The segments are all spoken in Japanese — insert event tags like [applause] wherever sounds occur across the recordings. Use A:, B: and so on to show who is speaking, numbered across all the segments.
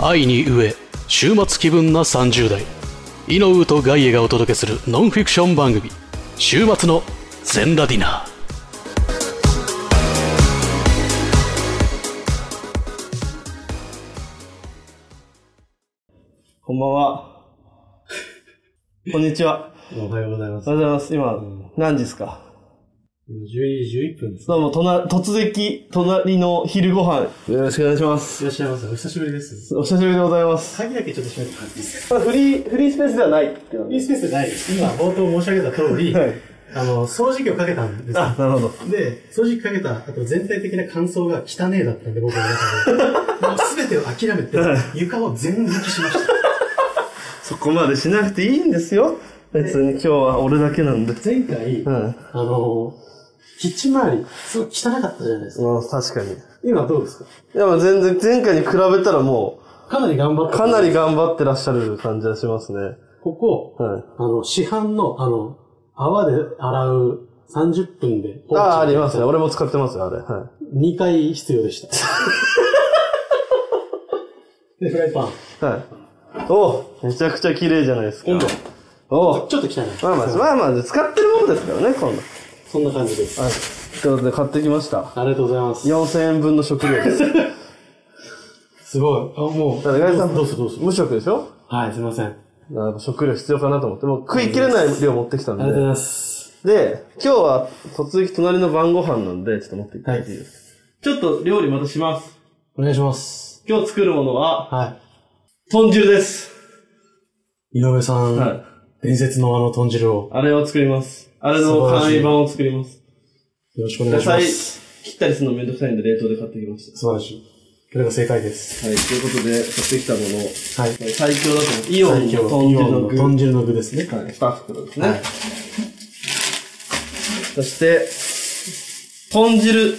A: 愛に飢え週末気分な30代イノウとガイエがお届けするノンフィクション番組「週末の全ラディナー」
B: こんばんは。 [laughs] こんにちは。
C: おはようございます。
B: おはようございます。今、
C: ん
B: 何時ですか
C: 今12時11分です。
B: どうも、とな、突撃、隣の昼ご飯。よろしくお願いします。
C: いらっしゃいませ。お久しぶりです。
B: お久しぶりでございます。
C: 鍵だけちょっと閉めてもらっていいですか
B: フリー、フリースペースではないっていう
C: フリースペースないです。今、冒頭申し上げた通り、
B: はい
C: あの、掃除機をかけたんですよ
B: あ、なるほど。
C: で、掃除機かけた後、全体的な感想が汚ねえだったんで、僕の中で。もう全てを諦めて、床を全抜きしました。
B: そこまでしなくていいんですよ。別に今日は俺だけなんで。
C: 前回、
B: うん。
C: あの、キッチン周り、すごい汚かったじゃないですか。
B: まあ、確かに。い
C: 今どうですか
B: や、まあ全然、前回に比べたらも
C: かなり頑張っ
B: う、
C: た。
B: かなり頑張ってらっしゃる感じがしますね。
C: ここ、
B: はい。
C: あの、市販の、あの、泡で洗う30分で放置
B: ああー、ありますね。俺も使ってますよ、あれ。は
C: 2回必要で [laughs] した。で、フライパン。
B: い。はい。おめちゃくちゃ綺麗じゃないですか。
C: 温度。
B: お
C: ちょっと汚い。
B: まあまあ、まあまあ、使ってるものですからね、今度。
C: そんな感じです。
B: はい。ということで、買ってきました。
C: ありがとうございます。
B: 4000円分の食料です。だか
C: すごい。あ、もう。
B: らガイさん、
C: どうするどうす
B: [laughs]
C: る
B: 無職でしょ
C: はい、すいません。あ
B: だからやっぱ食料必要かなと思って、もう食い切れない量持ってきたん
C: りがとうござ
B: で。
C: います。
B: で、今日は突撃隣の晩ご飯なんで、ちょっと持って行っていいですか、ちょっと料理またします。
C: お願いします。
B: 今日作るものは、
C: は
B: 豚汁です。
C: い。井上さん、
B: はい。
C: 伝説のあの豚汁を
B: あれを作ります。あれの
C: 素晴らしい
B: 簡易版を作ります。
C: よろしくお願
B: 野
C: いしま
B: 菜
C: す。
B: 切ったりするのめんどくさいんで冷凍で買ってきまし
C: 素晴らしい。これが正解です。
B: た。はい。ということで、買ってきたものを、
C: はい。
B: 最強だと思う。イオン
C: 最強
B: の豚汁の具。
C: 豚汁の具ですね。
B: はい、2袋ですね。
C: はい
B: そして、豚汁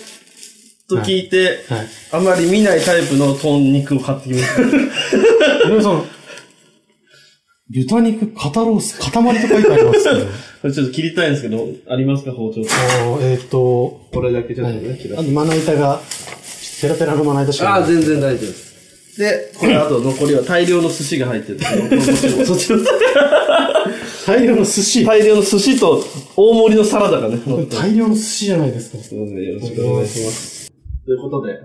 B: と聞いて、
C: はい。
B: あまり見ないタイプの豚肉を買ってきました。 [laughs]
C: 井上さん、豚肉肩ロース、塊と書いてあります [laughs] けど。
B: これちょっと切りたいんですけど、ありますか包丁。
C: おーえっ、と、
B: これだけちょっとね、切ら
C: あのまな板が、ペラペラのまな板しか
B: ああ、
C: ない。
B: 全然大丈夫です。で、これあと残りは大量の寿司が入ってるん [laughs] ですけどそっちの、
C: 大量の寿司。
B: 大量の寿司と大盛りのサラダがね、乗ってます
C: 大量の寿司じゃないですか。
B: すいません、よろしくお願いします。ということで、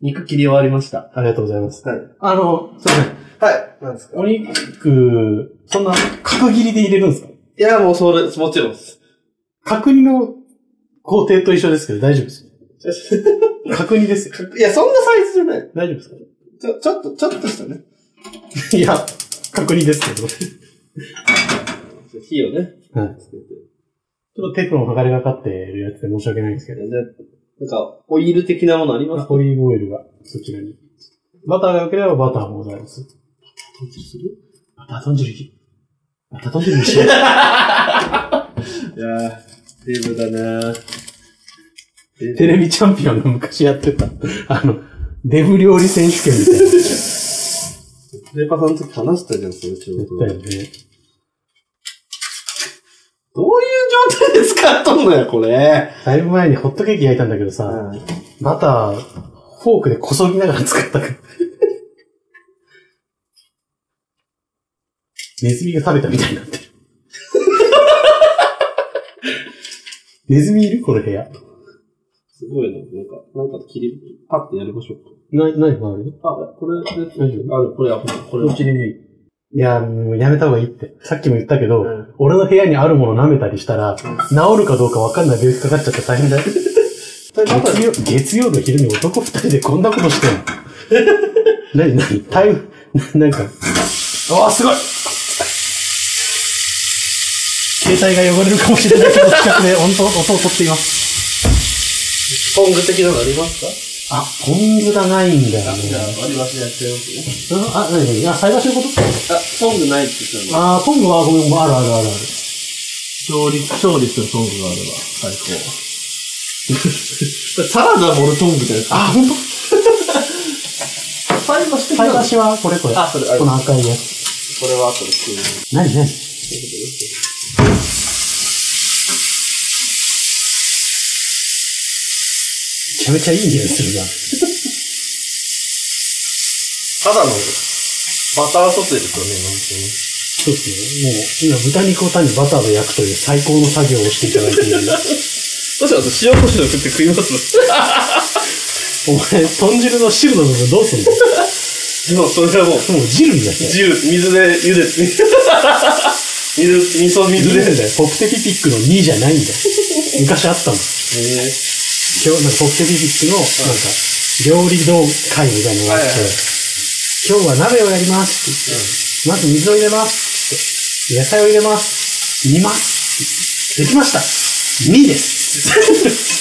B: 肉切り終わりました。
C: ありがとうございます。
B: はい。
C: あの、すいません。
B: はい。なんですか
C: お肉、そんな、角切りで入れるんですか
B: いや、もうそれ、もちろんです。 [laughs]
C: 角煮の工程と一緒ですけど、大丈夫です。角煮ですよ。
B: いや、そんなサイズじゃない。
C: 大丈夫ですか
B: ちょ、ちょっと、ちょっとしたね。
C: いや、角煮ですけど。ち
B: 火をね、
C: はい
B: つけて。
C: ょっとテープの剥がれがかってるやつで申し訳ないんですけど。
B: でなんか、オイル的なものあります
C: オリーブオイルがそちらに。バターが良ければバターもございます。豚汁するバター豚汁いき。バター豚汁にしよう。
B: いやー、デブだなー。
C: [laughs] テレビチャンピオンが昔やってた、あの、デブ料理選手権みたいなのや
B: レパさんの時話したじゃん、それちょうど。どういう
C: ったよね。
B: 状態で使っとんのや、これ。
C: だいぶ前にホットケーキ焼いたんだけどさ、
B: うん。
C: バター、フォークでこそぎながら使ったから。 [laughs] ネズミが食べたみたいになって [laughs] る。ネズミいるこの部屋。
B: すごいな、なんか、なんか切り、パッてやりましょう
C: な、何がある
B: か。あ、これで、
C: 大丈夫
B: あ、これ、あ、これ、
C: うちにいいや、もうやめた方がいいって。さっきも言ったけど、
B: うん
C: 俺の部屋にあるもの舐めたりしたら、治るかどうかわかんない病気かかっちゃって大変だよ。月曜、 [laughs] 月曜の昼に男二人でこんなこと
B: [laughs]
C: してんの。何何台風、ななんか、
B: あー、すごい
C: 携帯が汚れるかもしれないけど、近
B: [laughs]
C: くで音と、音を取っています。
B: トング的なのありますか
C: あ、ポンズがないんだよ
B: じゃあ
C: ね。、
B: 割り箸でやっちゃいますね。
C: あ、何何あ、菜箸のこと
B: あ、トングないって言ったの
C: あー、ポンズはごめん、あるあるあるある。
B: 調理、調理するトングがあれば、最高。サラダボルトングだよ。
C: あ、ほんと
B: 菜箸的
C: 菜
B: なの
C: 箸はこれこれ。
B: あそれあれ
C: この赤いやつ。
B: これは後で作る。
C: 何何めちゃめちゃいい匂いするな。
B: ただのバターソテーです
C: そうですね。もう、今、豚肉を単にバターで焼くという最高の作業をしていただいている。
B: よね、本当に。どうします塩コショウ振って食います
C: お前、豚汁の汁の部分どうすんの
B: でもそれはもう、
C: もう汁 [laughs] になっちゃう。
B: 汁、水で茹でて。水、味噌水
C: 汁
B: で。
C: なんだよ。ポプテピピックの2じゃないんだよ。昔あったの。
B: え
C: 今日、なんかポプテピピックの、なんか、料理道会みたいなのがあって
B: はいはい、
C: 今日は鍋をやりますって言って、まず水を入れますって、野菜を入れます、煮ますってできました !2 です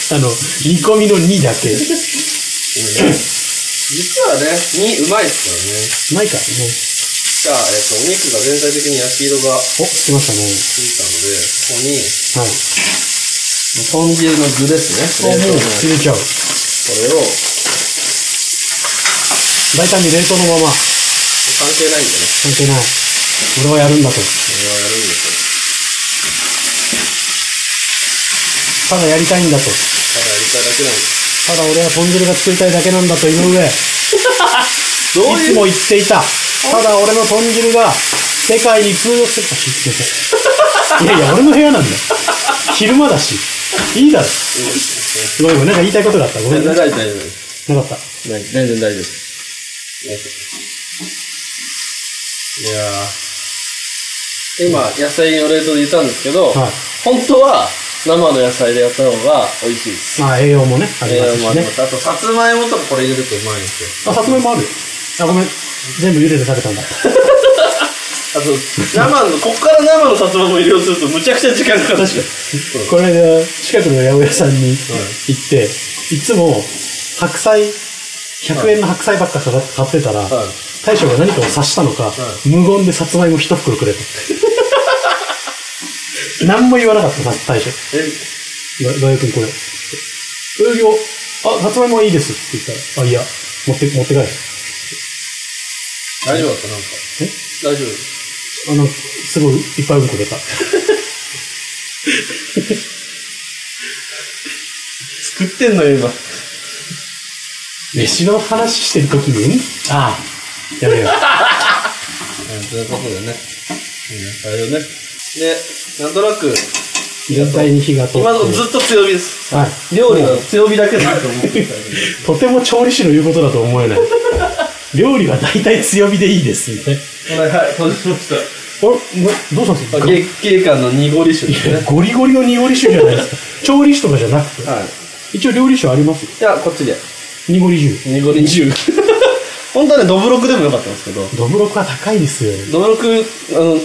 B: [laughs]
C: あの、煮込みの2だけ。
B: 実はね、にうまいです
C: ないから
B: から
C: ね。
B: ね。じゃあ、えっと、お肉が全体的に焼き色がつ
C: お、つきましたね。
B: いたので、ここに、
C: はい。
B: 豚汁の具です
C: もう、
B: ね。
C: もう、
B: こ
C: れちゃう。
B: れを、
C: 大胆に冷凍のまま、
B: 関係ないんでね。
C: 関係ない。俺はやるんだと。
B: これはやるんですよ。
C: ただやりたいんだと。
B: ただやりたいだけなんです。
C: ただ俺は豚汁が作りたいだけなんだと、井上。い
B: ど
C: つも言っていた。ただ俺の豚汁が、世界に通用
B: [laughs]
C: する。あすいませんいやいや、俺の部屋なんだよ。昼間だし。いいだろ。すごい、ごめんなんか言いたいことがあった。ごめん
B: 全
C: な
B: 然
C: さい。
B: 大丈夫です。
C: なかった。
B: 全然大丈夫です。いやー。今、野菜を冷凍で言ったんですけど、
C: はい
B: 本当は生の野菜でやった方が美味しいです。
C: まあ、栄養もね、ありま
B: 栄
C: す
B: 養もあ
C: し
B: り
C: ね
B: ま。すあと、さつまいもとかこれ入れるとうまいんですよ。
C: あ、さつまいもあるあ、ごめん。全部茹でて食べたんだ。
B: あと、生の、こっから生のさつまいも入れようとするとむちゃくちゃ時間かかる。確かに。
C: この間、近くの八百屋さんに行って、いつも、白菜、100円の白菜ばっか買ってたら、大将が何かを察したのか、無言でさつまいも一袋くれた。 [laughs] 何も言わなかった、さ大将。
B: え、
C: がガヤ君これ。え、いや、あ、さつまいもいいですって言ったら、あ、いや、持って、持って帰る。
B: 大丈夫だったなんか。
C: え
B: 大丈夫。
C: あの、すごいいっぱいうんこ出た。
B: 作ってんのよ、今。
C: 飯の話してる時に、ああ、やめよう。
B: ということでね。あれよね。で、なんとなく、 [laughs]
C: 全体に火が通ってる。
B: 今のとこずっと強火です。
C: はい。
B: 料理は強火だけだと思ってた
C: とても調理師の言うことだと思えない。料理は大体強火でいいです、みたいな。
B: [laughs] はい、はい、閉じまし
C: あれなどうした
B: た。
C: んで
B: 月桂冠の濁り酒ですすね。
C: かゴリゴリの濁り酒じゃないですか。調理師とかじゃなくて。
B: はい。
C: 一応料理酒ありますよ
B: じゃあ、こっちで。
C: 濁り酒。
B: 濁り [laughs] 酒。本当はね、どぶろくでもよかったんですけど。
C: どぶろくは高いですよ。
B: どぶろく、あの、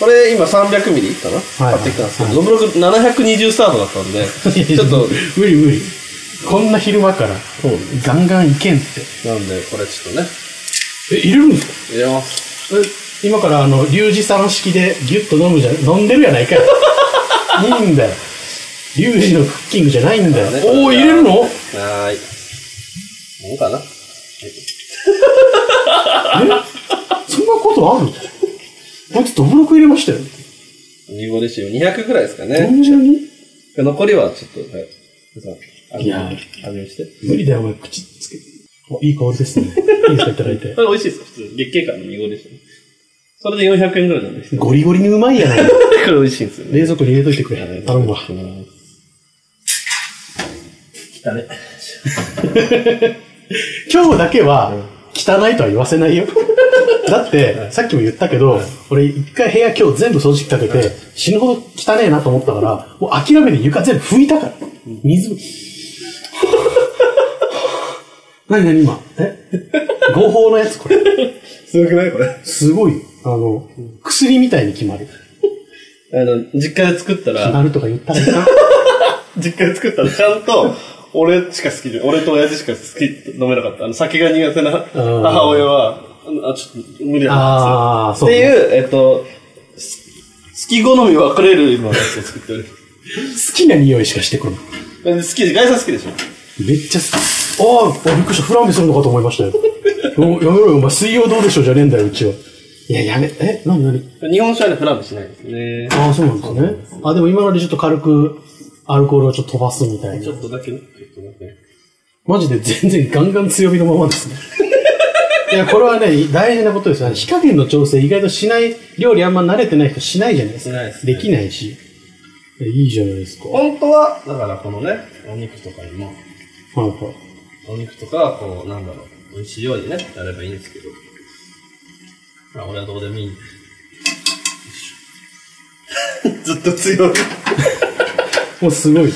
B: これ今300ミリかな、
C: いはい
B: 買ってきたんですけど、どぶろく720スタートだったん [laughs] で、ちょっと、、
C: 無理無理。こんな昼間から、ガンガンいけんって。
B: なんで、これちょっとね、
C: え、入れるんですか
B: 入れます。
C: え今からあの、リュウジさん式でギュッと飲むじゃ、飲んでるやないかよ。 [laughs] いいんだよ。リュウジのクッキングじゃないんだよ。おおー、入れるの
B: はーい。もうかな
C: そんなことあるこいつどぶろく入れましたよ。
B: 濁り酒200ぐらいですかね。
C: 豚汁に
B: 残りはちょっと、はい。皆さん、
C: いや
B: 味見味見して。
C: 無理だよ、お前、口つけて。おいい香りですね。いいですか、いただいて
B: こ。れ美味しいですか普通に。月経感の濁り酒。それで400円ぐらいなんです。こ
C: ゴリゴリにうまいやないか。
B: れ美味しいんですよね。
C: 冷蔵庫に入れといてくれ。頼むわ。
B: 汚ね。
C: 今日だけは、汚いとは言わせないよ。だって、さっきも言ったけど、俺一回部屋今日全部掃除機かけて、死ぬほど汚ねえなと思ったから、もう諦めて床全部拭いたから。水。何何今え合法のやつこれ。
B: すごくないこれ。あ
C: すごいよ。あの、 [laughs] 薬みたいに決まる。
B: の、実家で作ったら
C: 決、まるとか言ったらいかん。
B: 実家で作ったらちゃんと、俺しか好きじゃ、俺と親父しか好き、飲めなかった。あの、酒が苦手な母親は、あ、ちょっと無理だな
C: ああ、
B: っ
C: そう、
B: て
C: ね。
B: いう、えっと、す好き好み分かれる今のやつを作ってる。
C: 好きな匂いしかしてこない。
B: え好きで、外産好きでしょ
C: めっちゃ好き。ああ、びっくりした。フランベするのかと思いましたよ。 [laughs] おやめろよ、お前、水曜どうでしょうじゃねえんだよ、うちは。いや、やめ、え、なになに
B: 日本酒はね、フランベしないですね。
C: ああ、そうなんですね。あ、でも今のでちょっと軽く、アルコールをちょっと飛ばすみたい
B: ち
C: な
B: ょ。っとだけね、ちょっとだけ。
C: マジで全然ガンガン強火のままですね。いや、これはね、大事なことですよ。あの火加減の調整意外としない、料理あんま慣れてない人しないじゃないですか。
B: しないですね
C: できないし。いいじゃないですか。はい
B: 本当は、だからこのね、お肉とかにも、
C: はい。
B: お肉とかはこう、なんだろう、美味しいようにね、やればいいんですけど。まあ、俺はどうでもいいんで。よいしょずっと強い。
C: もうすごい。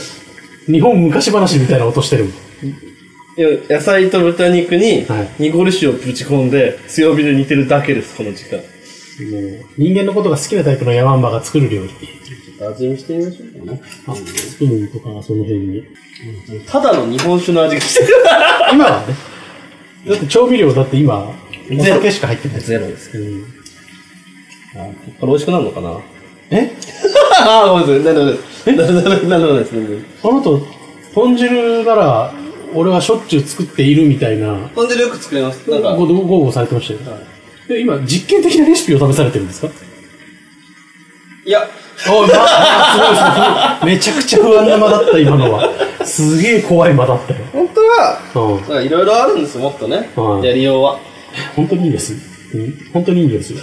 C: 日本昔話みたいな音してるもん。
B: いや野菜と豚肉に
C: はい、
B: 濁り酒をぶち込んで、強火で煮てるだけです、この時間。ち
C: もう人間のことが好きなタイプのヤマンバが作る料理。
B: ょっと味見してみましょうかね。
C: あ、スプーンとかがその辺に。
B: ただの日本酒の味がしてる。
C: 今はね。だって調味料だって今、お酒しか入ってない。
B: ゼロですけ
C: うん
B: ど。これ美味しくなるのかな
C: え
B: ああ、ごめんなさい。なるほど。なるほど。なるほどです。なるほど
C: この後、豚汁なら、俺はしょっちゅう作っているみたいな、
B: 豚汁よく作れます。なんか
C: ご、豪語されてましたよね。で今、実験的なレシピを試されてるんですか
B: いや、
C: おい、まあ、すごいですね。めちゃくちゃ不安な間だった、今のは。すげえ怖い間だったよ。
B: 本当は、
C: う
B: な
C: ん
B: ん。かいろいろあるんですよ、もっとね。
C: はい
B: やりようは。
C: 本当にいいんです。うん本当にいいんですよ。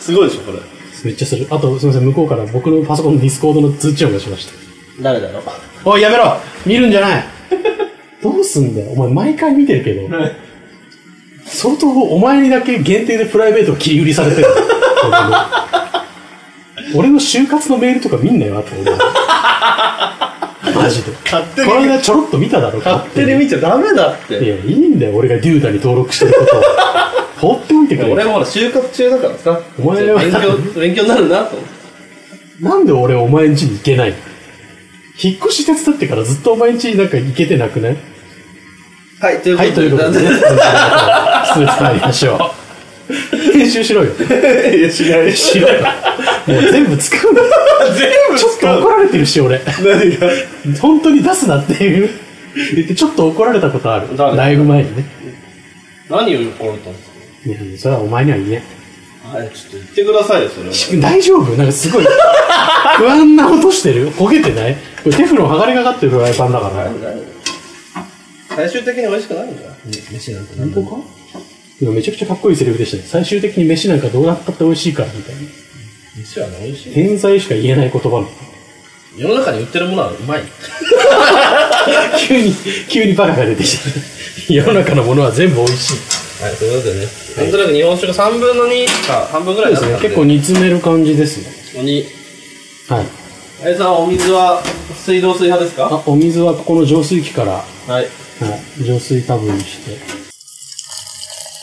B: すごいでしょ、これ。
C: めっちゃする。あと、すみません、向こうから僕のパソコンのディスコードの通知音がしました。
B: 誰だろ
C: おい、やめろ見るんじゃないどうすんだよ。お前、毎回見てるけど。相当、お前にだけ限定でプライベートを切り売りさ
B: [laughs]
C: れてる。俺の就活のメールとか見んなよ、あと。お前マジで。
B: 勝手に
C: この間ちょろっと見ただろ、
B: 勝手に見ちゃダメだっ
C: い
B: て。
C: や、いいんだよ、俺がデューダに登録してることを。放っておいてく
B: [laughs]
C: れ。
B: 俺もほら、就活中だからさ。
C: お前は
B: 勉強、勉強になるなと思って。
C: なんで俺お前ん家に行けないの引っ越し手伝ってからずっとお前ん家になんか行けてなくない
B: はい、というこ
C: は
B: と
C: い、ということでね。失礼しましょう。編集しろよ。
B: で。いや、しないし。
C: し
B: [laughs]
C: ろよ。もう全部使うんだよ。
B: 全部
C: [laughs] ちょっと
B: 使う
C: 怒られてるし、 [laughs] 俺。
B: 何が
C: 本当に出すなっていう。言ってちょっと怒られたことある。
B: 誰
C: ライブ前にね。
B: 何を怒られたんですか
C: いや、それはお前には言えん。
B: はい、ちょっと言ってくださいよ、それは。
C: 大丈夫なんか [laughs] すごい不安な音してる焦げてないこれテフロン剥がれかかってるフライパンだから
B: 最終的に美味しくなるんだよ。飯なんて何
C: 本当か今めちゃくちゃかっこいいセリフでしたね最終的に飯なんかどうなったって美味しいからみたいな
B: 飯はね、美味しい。
C: 天才しか言えない言葉の
B: 世の中に売ってるものはうまい。
C: 急に急にバカが出てき [laughs] た世の中のものは全部美味しい
B: はい、ということでね、なんとなく日本酒が3分の2か半分ぐ
C: そ
B: ら
C: う
B: い
C: で
B: だった
C: す
B: ん
C: ね
B: で、
C: [laughs] 結構煮詰める感じですね
B: ここに、
C: はい
B: あれさん、お水は水道水派ですか
C: あお水はここの浄水器から、は
B: はい。
C: い、浄水タブにして [laughs]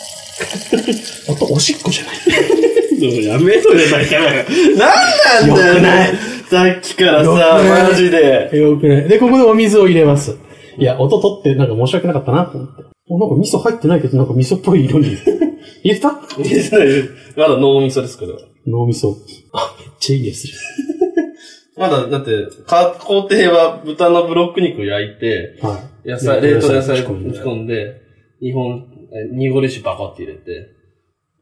C: あとおしっこじゃない
B: やめろよ、さっきから。なんなんだよ、ね、さっきから
C: よくな
B: さ、
C: い
B: マジで。
C: よくない。で、ここでお水を入れます。いや、音取ってなんか申し訳なかったなと思って。お、なんか味噌入ってないけど、なんか味噌っぽい色に。 [laughs] 入れ [laughs] た
B: まだ脳みそですけど。
C: 脳味噌。あ、めっちゃいいです
B: まだ、だって、か工程は豚のブロック肉を焼いて、
C: はい。
B: 野菜、冷凍野菜
C: ぶ
B: 打
C: ち
B: ち
C: 込んで
B: 込んで、日本、え濁り酒パコって入れて、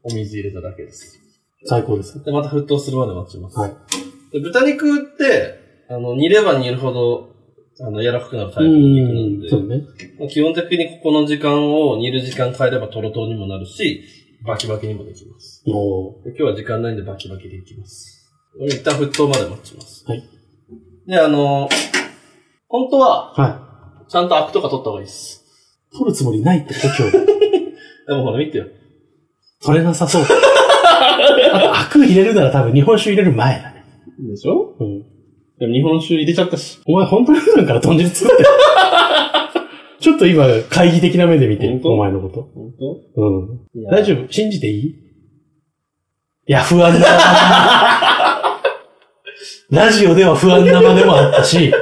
B: お水入れただけです。
C: 最高です。
B: で、また沸騰するまで待ちます。
C: はい。
B: で豚肉って、あの、煮れば煮るほど、あの、柔らかくなるタイプの肉なんで、
C: そうね。
B: まあ基本的にここの時間を煮る時間変えればトロトロにもなるし、バキバキにもできます。
C: も
B: で今日は時間ないんでバキバキでいきます。一旦沸騰まで待ちます。
C: はい。
B: で、あの、本当は、
C: う、は
B: ちゃんとアクとか取った方がいいです。
C: い。取るつもりないって故郷。
B: でもほら見てよ。
C: 取れなさそう。あと、アク入れるなら多分日本酒入れる前だね。
B: でしょ
C: うん。
B: でも日本酒入れちゃったし。
C: お前本当に普段から豚汁作ってるちょっと今、懐疑的な目で見てる
B: 本、当
C: お前のこと。
B: 本当
C: うん。
B: 大
C: 大
B: 丈
C: 丈夫信じていいいや、不 [laughs] 安だなラジオでは不安な間でもあったし、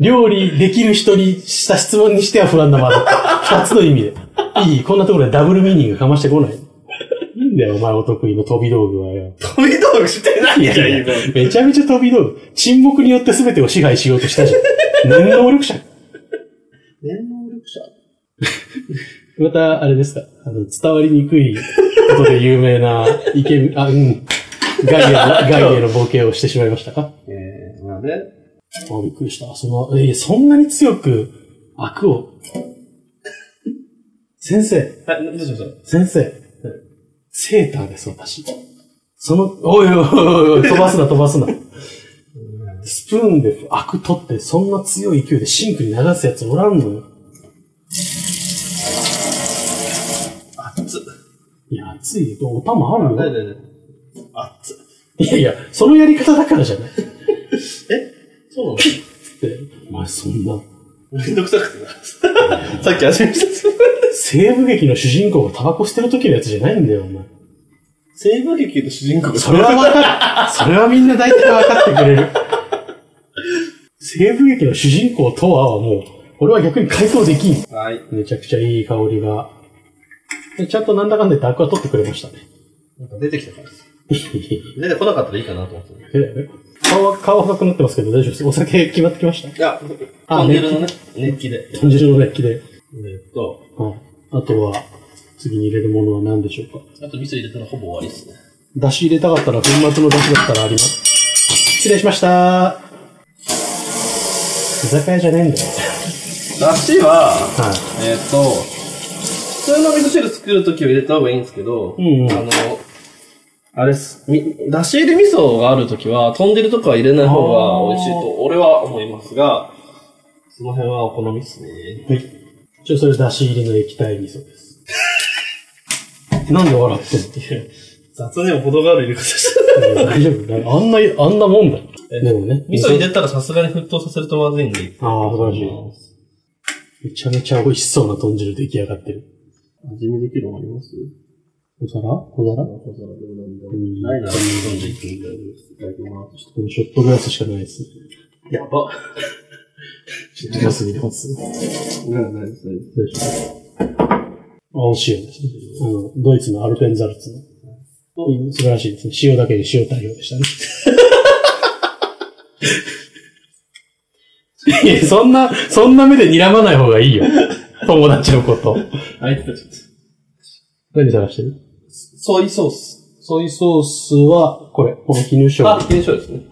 C: 料理できる人にした質問にしては不安な間だった。二つの意味で。いいこんなところでダブルミーニングかましてこない。いいんだよ、お前お得意の飛び道具はよ。
B: 夫。飛び道具してない
C: い
B: じゃん、
C: やい
B: 今
C: や。、めちゃめちゃ飛び道具。沈黙によって全てを支配しようとしたじゃん。何能力者
B: 念能力者
C: また、あれですか、あの、伝わりにくいことで有名な、イケメン、あ、うん。ガイエの、 [laughs] ガイエの冒険をしてしまいましたか
B: えー、まあね。
C: あ、びっくりした。その、え、そんなに強く、悪を、先生、
B: はい、どうしましょう
C: 先生、セーターです、私。その、おいおいおいおい、飛ばすな、飛ばすな。スプーンでアク取って、そんな強い勢いでシンクに流すやつおらんのよ。
B: 熱っ。
C: いや、熱いよ。お玉ある
B: はい
C: よ。
B: はいはい。熱っ。
C: いやいや、そのやり方だからじゃない。
B: そうなの
C: でお前そんな、
B: めんどくさくてな。 [laughs] さっき味 [laughs] 見した。
C: 西部劇の主人公がタバコ捨てる時のやつじゃないんだよ、お前。
B: 西部劇の主人公
C: それはわかる。それはみんな大体わかってくれる。西部劇の主人公とははもう、俺は逆に回答できん。
B: はい。
C: めちゃくちゃいい香りが。でちゃんとなんだかんだ言ってアクは取ってくれましたね。 [laughs]
B: なんか出てきたからです。出てこなかったらいいかなと思って。い
C: え顔は、顔は赤くなってますけど大丈夫です。お酒決まってきました。
B: や、
C: あ
B: トンネルのね、熱気で。
C: 豚汁の熱気で。
B: えっと、
C: はい。あとは、次に入れるものは何でしょうか。
B: あと味噌入れたらほぼ終わりですね。
C: 出汁入れたかったら、粉末の出汁だったらあります。失礼しました。居酒屋じゃねえんだよ。
B: だしは、
C: はい。
B: えっと、普通の味噌汁作るときは入れた方がいいんですけど、
C: んうん
B: あの、あれっす、み、だし入り味噌があるときは、豚汁とかは入れない方が美味しい
C: あ
B: と俺は思いますが、その辺はお好みっすね。
C: はい。じゃあそれ出し入りの液体味噌です。 [laughs] なんで笑ってんの
B: 雑にも程がある入れ方して [laughs] る。
C: いや大丈夫。あんな、あんなもんだよ。でもね。
B: 味噌入れたらさすがに沸騰させるとまずいんで。
C: ああ、素晴らし
B: 味
C: い。めちゃめちゃ美味しそうな豚汁出来上がってる。
B: 見できるのあります
C: お皿小皿
B: お皿でもなんでも
C: うん
B: ないなら飲んでいってみたいです。いただきます。
C: このショットグラスしかないですね。
B: やば。
C: ショットグラス入れます。失
B: なんないです。
C: 礼します。青塩ですね。あの、ドイツのアルペンザルツの。うん素晴らしいですね。塩だけで塩対応でしたね。いや、 [laughs] そんな、そんな目で睨まない方がいいよ。友達のこと。
B: あいつたち。
C: 何探してる
B: ソイソース。
C: ソイソースは、これ、この絹醤
B: あ
C: 油。、
B: 印象ですね。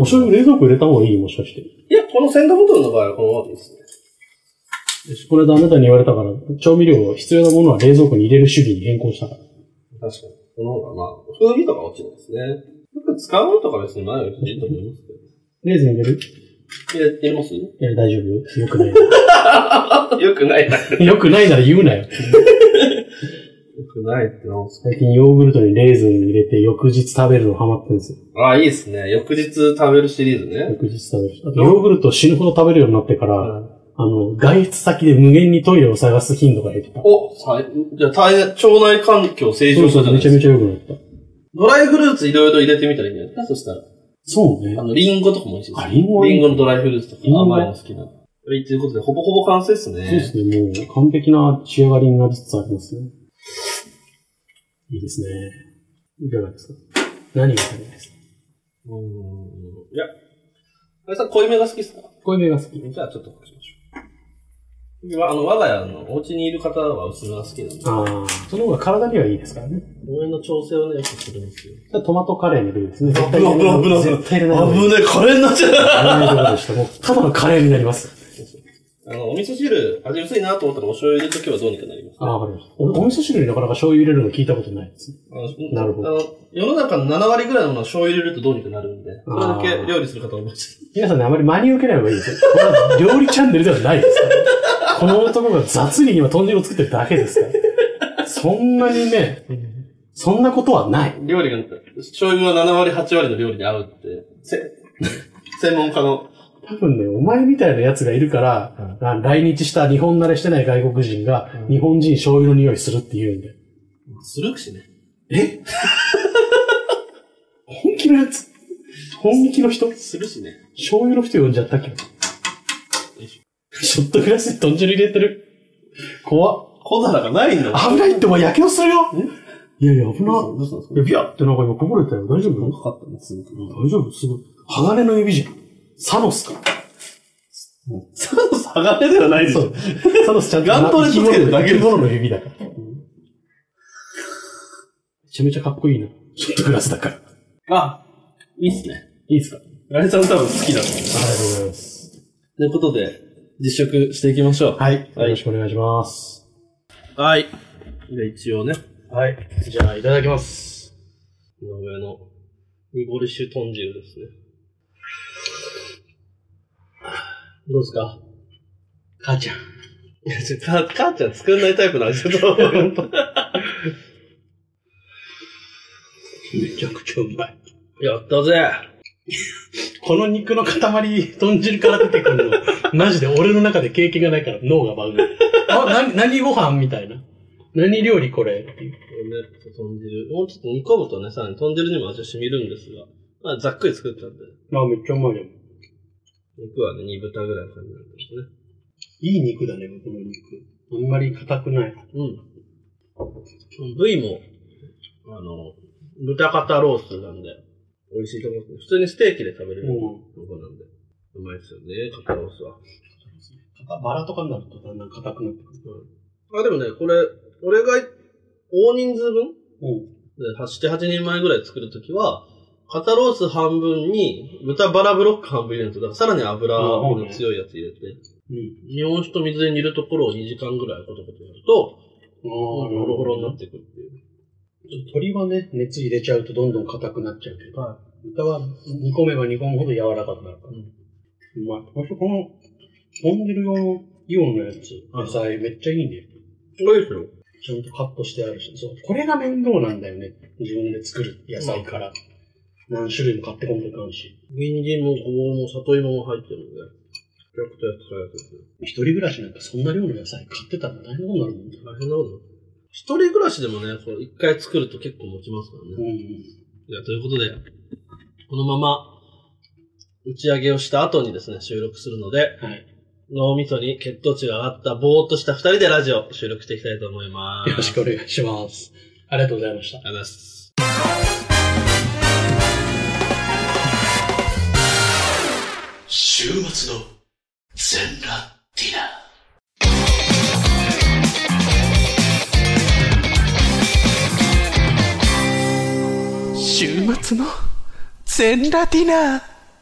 C: お醤油冷蔵庫入れた方がいいもしかして。
B: いや、このセンドボトルの場合はこのままでいいですね。
C: よしこれであなたに言われたから、調味料、必要なものは冷蔵庫に入れる主義に変更したから。
B: 確かに。その方がまあ、風味とか落ちないですね。よく使うのとか別に前よりいいと思います
C: レーズン入れる
B: けど。やってます
C: いや、大丈夫よ。よ [laughs] くな
B: よくな
C: い
B: いな。よ
C: な。よくないなら言うなよ。
B: くないってなんす
C: 最近ヨーグルトにレーズン入れて、翌日食べるのハマってるんですよ。
B: かあ、いいですね。翌日食べるシリーズね。
C: 翌日食べる。あとヨーグルト死ぬほど食べるようになってから、
B: うん
C: あの、外出先で無限にトイレを探す頻度が減った。
B: お、さいじゃあ体、腸内環境正
C: そ
B: 常
C: うそ
B: 化じゃな
C: う、め
B: い
C: ち
B: ですか。
C: ゃめちゃ良くなった。
B: ドライフルーツいろいろ入れてみたらいいんじゃないですかそしたら。
C: そうね
B: あ。の、リンゴとかも美味しいです。
C: あリンゴ
B: リンゴのドライフルーツとか
C: リンゴ
B: 甘いの好きな。はい、ということで、ほぼほぼ完成ですね。
C: そうですね、もう完璧な仕上がりになりつつありますね。いいですね。いかがですか何が足りないですか
B: うーん。いや。あれさん、濃いめが好きですか
C: 濃いめが好き。
B: じゃあ、ちょっとこうしましょう。次は、あの、我が家のお家にいる方は薄めが好きなんで、
C: ああ、その方が体にはいいですからね。
B: 応援の調整をね、よくするんですよ。
C: じゃあトマトカレーに入れるですね。
B: 危
C: 絶
B: な
C: 対
B: い
C: 入れない
B: 危ない危ない
C: 絶対入れない方がいい。
B: ねえ、カレーになっちゃう
C: 危ないところでした。もう、ただのカレーになります。
B: あの、お味噌汁、味薄いなと思ったらお醤油入れとけばどうにかなります。
C: ああ、わかりました。おお味噌汁になかなか醤油入れるの聞いたことないですね。
B: あの
C: なるほど
B: あの、世の中の7割ぐらいのものは醤油入れるとどうにかなるんで、それだけ料理する方は思っち
C: 皆さんね、あまり真に受けない方がいいですよ。これは料理チャンネルではないですから。この男が雑に今豚汁を作ってるだけですから。そんなにね、そんなことはない。
B: 料理が、醤油は7割、8割の料理に合うって、せ、 [laughs] 専門家の。
C: 多分ね、お前みたいな奴がいるから、あ来日した日本慣れしてない外国人が、日本人醤油の匂いするって言うんで。
B: するくしね。
C: え本気のやつ本気の人
B: するしね。
C: 醤油の人呼んじゃったっけ
B: いし
C: ショットグラスに豚汁入れてる。怖っ。
B: 小皿がないんだもん。
C: 危ないってお前火傷するよいやいや、危な。
B: どうしたんですか
C: いや、ビャってなんか今こぼれたよ。大丈夫
B: かかったね、すごく。
C: 大丈夫すごい。鋼の指じゃん。サノスか。
B: サノス鋼ではないでし
C: そ
B: ょ
C: う。。サノスちゃんと
B: ガントレットつけてるだけ
C: 生き物の指だから。めちゃめちゃかっこいいな。ショットグラスだから。い
B: あ、いいっすね。
C: いですかあり
B: ライさん多分好きだと思う。
C: がとうございます。
B: ということで、実食していきましょう。
C: はい。
B: はい
C: よろしくお願いします。
B: はい。じゃあ一応ね。
C: はい。
B: じゃあいただきます。井上のニボリッシュ豚汁ですね。どうですか母ちゃん。いや、ちょ、か母ちゃん作んないタイプなんですよ。めちゃくちゃうまい。やったぜ。
C: この肉の塊、豚汁から出てくるの、 [laughs] マジで俺の中で経験がないから脳がバグる。あ、な、何ご飯みたいな。何料理これっていう。
B: ね、ちょっと豚汁。もうちょっと煮込むとね、さらに豚汁にも味を染みるんですが、まあざっくり作ったんで、
C: あ、めっちゃうまいよ。
B: 肉はね、煮豚ぐらいの感じなんですね。
C: いい肉だね、この肉。あんまり硬くない。
B: うん。部位も、あの、豚肩ロースなんで、美味しいと思うんですけど、普通にステーキで食べれる
C: うん
B: とこなんで、うまいですよね、肩ロースは。
C: 肩バラとかになるとだんだん硬くなってくる。
B: あ、でもね、これ、俺が大人数分
C: う
B: で、8、8人前ぐらい作るときは、肩ロース半分に豚バラブロック半分入れるんですよ。だからさらに油の強いやつ入れて、
C: ん。
B: 日本酒と水で煮るところを2時間ぐらいコトコトやると、
C: うん。ああ、。
B: ホロホロになっててくっていう。
C: 鶏はね、熱入れちゃうとどんどん硬くなっちゃうけど、
B: は
C: 豚は煮込めば煮込むほど柔らかくなるから。
B: う
C: うんまい。私この、トンデル用のイオンのやつ、
B: はい
C: 野菜めっちゃいいね。
B: すごいですよ。
C: ちゃんとカットしてあるし、そう。これが面倒なんだよね。自分で作る野菜から。何種類も買ってこんといかんし。
B: 人参もごぼうも里芋も入ってるんで、めちゃくちゃ使いやすいです。
C: 一人暮らしなんかそんな量の野菜買ってたら大変なことになるもんね。
B: 大変なことだ一人暮らしでもね、こう一回作ると結構持ちますからね。
C: う
B: いや、ということで、このまま、打ち上げをした後にですね、収録するので、
C: ん。はい。
B: 脳みそに血糖値が上がったぼーっとした二人でラジオ収録していきたいと思います。
C: よろしくお願いします。ありがとうございました。
B: ありがとうございます。
A: 週末の全裸ディナー週末の全裸ディナー